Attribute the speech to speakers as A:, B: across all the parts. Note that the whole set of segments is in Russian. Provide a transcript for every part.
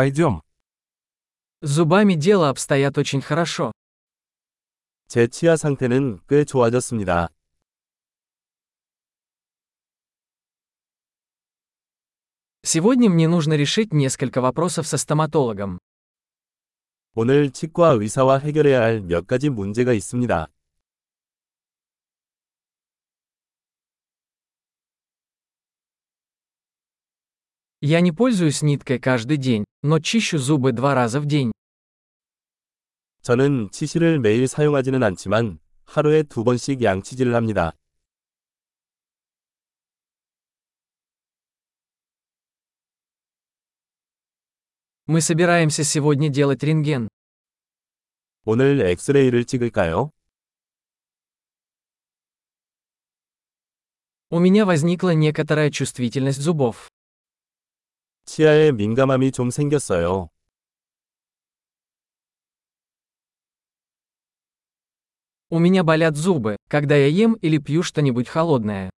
A: Пойдем.
B: Зубами дело обстоят очень хорошо.
C: 제 치아 상태는 꽤 좋아졌습니다.
B: Сегодня мне нужно решить несколько вопросов со стоматологом.
C: 오늘 치과 의사와 해결해야 할 몇 가지 문제가 있습니다.
B: Я не пользуюсь ниткой каждый день, но чищу зубы два раза в день.
C: 저는 치실을 매일 사용하지는 않지만 하루에 두 번씩 양치질을 합니다.
B: Мы собираемся сегодня делать рентген.
C: 오늘 엑스레이를 찍을까요?
B: У меня возникла некоторая чувствительность зубов.
C: 치아에 민감함이 좀 생겼어요.
B: У меня болят зубы, когда я ем или пью что-нибудь холодное.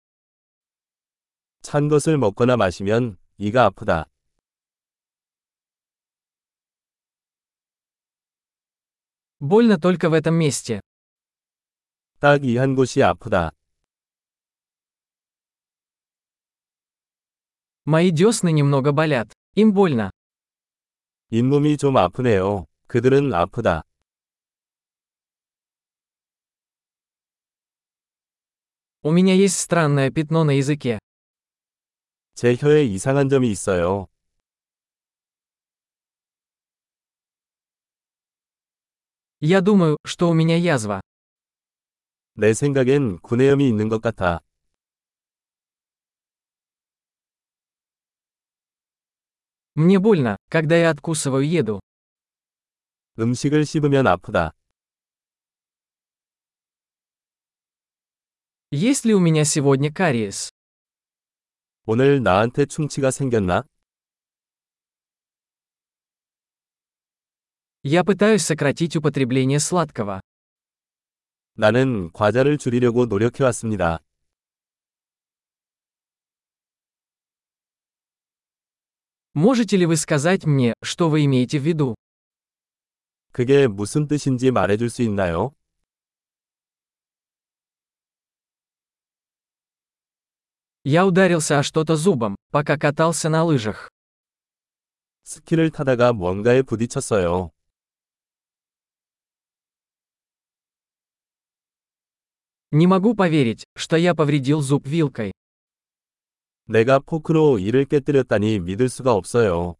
C: 찬 것을 먹거나 마시면 이가 아프다.
B: Больно только в этом месте.
C: 딱 이 한 곳이 아프다.
B: Мои десны немного болят. Им больно.
C: 잇몸이 좀 아프네요. 그들은 아프다.
B: У меня есть странное пятно на языке.
C: 제 혀에 이상한 점이 있어요.
B: Я думаю, что у меня язва.
C: 내 생각엔 구내염이 있는 것 같아.
B: Мне больно, когда я откусываю еду.
C: 음식을 씹으면 아프다.
B: Есть ли у меня сегодня кариес?
C: 오늘 나한테 충치가 생겼나?
B: Я пытаюсь сократить употребление сладкого.
C: 나는 과자를 줄이려고 노력해왔습니다.
B: Можете ли вы сказать мне, что вы имеете в виду?
C: 그게 무슨 뜻인지 말해줄 수 있나요?
B: Я ударился о что-то зубом, пока катался на лыжах.
C: 스키를 타다가 뭔가에 부딪혔어요.
B: Не могу поверить, что я повредил зуб вилкой.
C: 내가 포크로 이를 깨뜨렸다니 믿을 수가 없어요.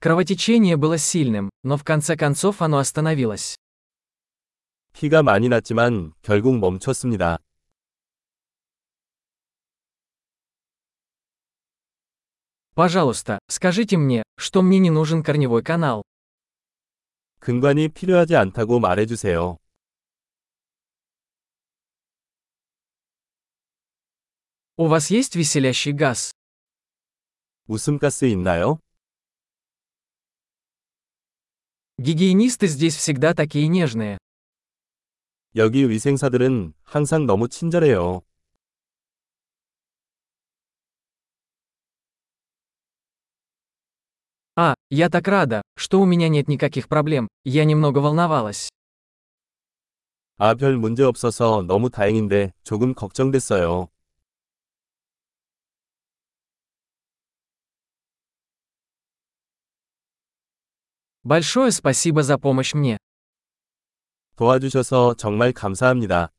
B: Кровотечение было сильным, но в конце концов оно остановилось.
C: 피가 많이 났지만 결국 멈췄습니다.
B: Пожалуйста, скажите мне, что мне не нужен корневой канал.
C: 근관이 필요하지 않다고 말해주세요.
B: У вас есть веселящий газ?
C: 웃음가스 있나요?
B: Гигиенисты здесь всегда такие нежные.
C: 여기 위생사들은 항상 너무 친절해요.
B: А, я так рада, что у меня нет никаких проблем, я немного волновалась.
C: 아, 별 문제 없어서 너무 다행인데 조금 걱정됐어요.
B: Большое спасибо за помощь мне.
C: 도와주셔서 정말 감사합니다.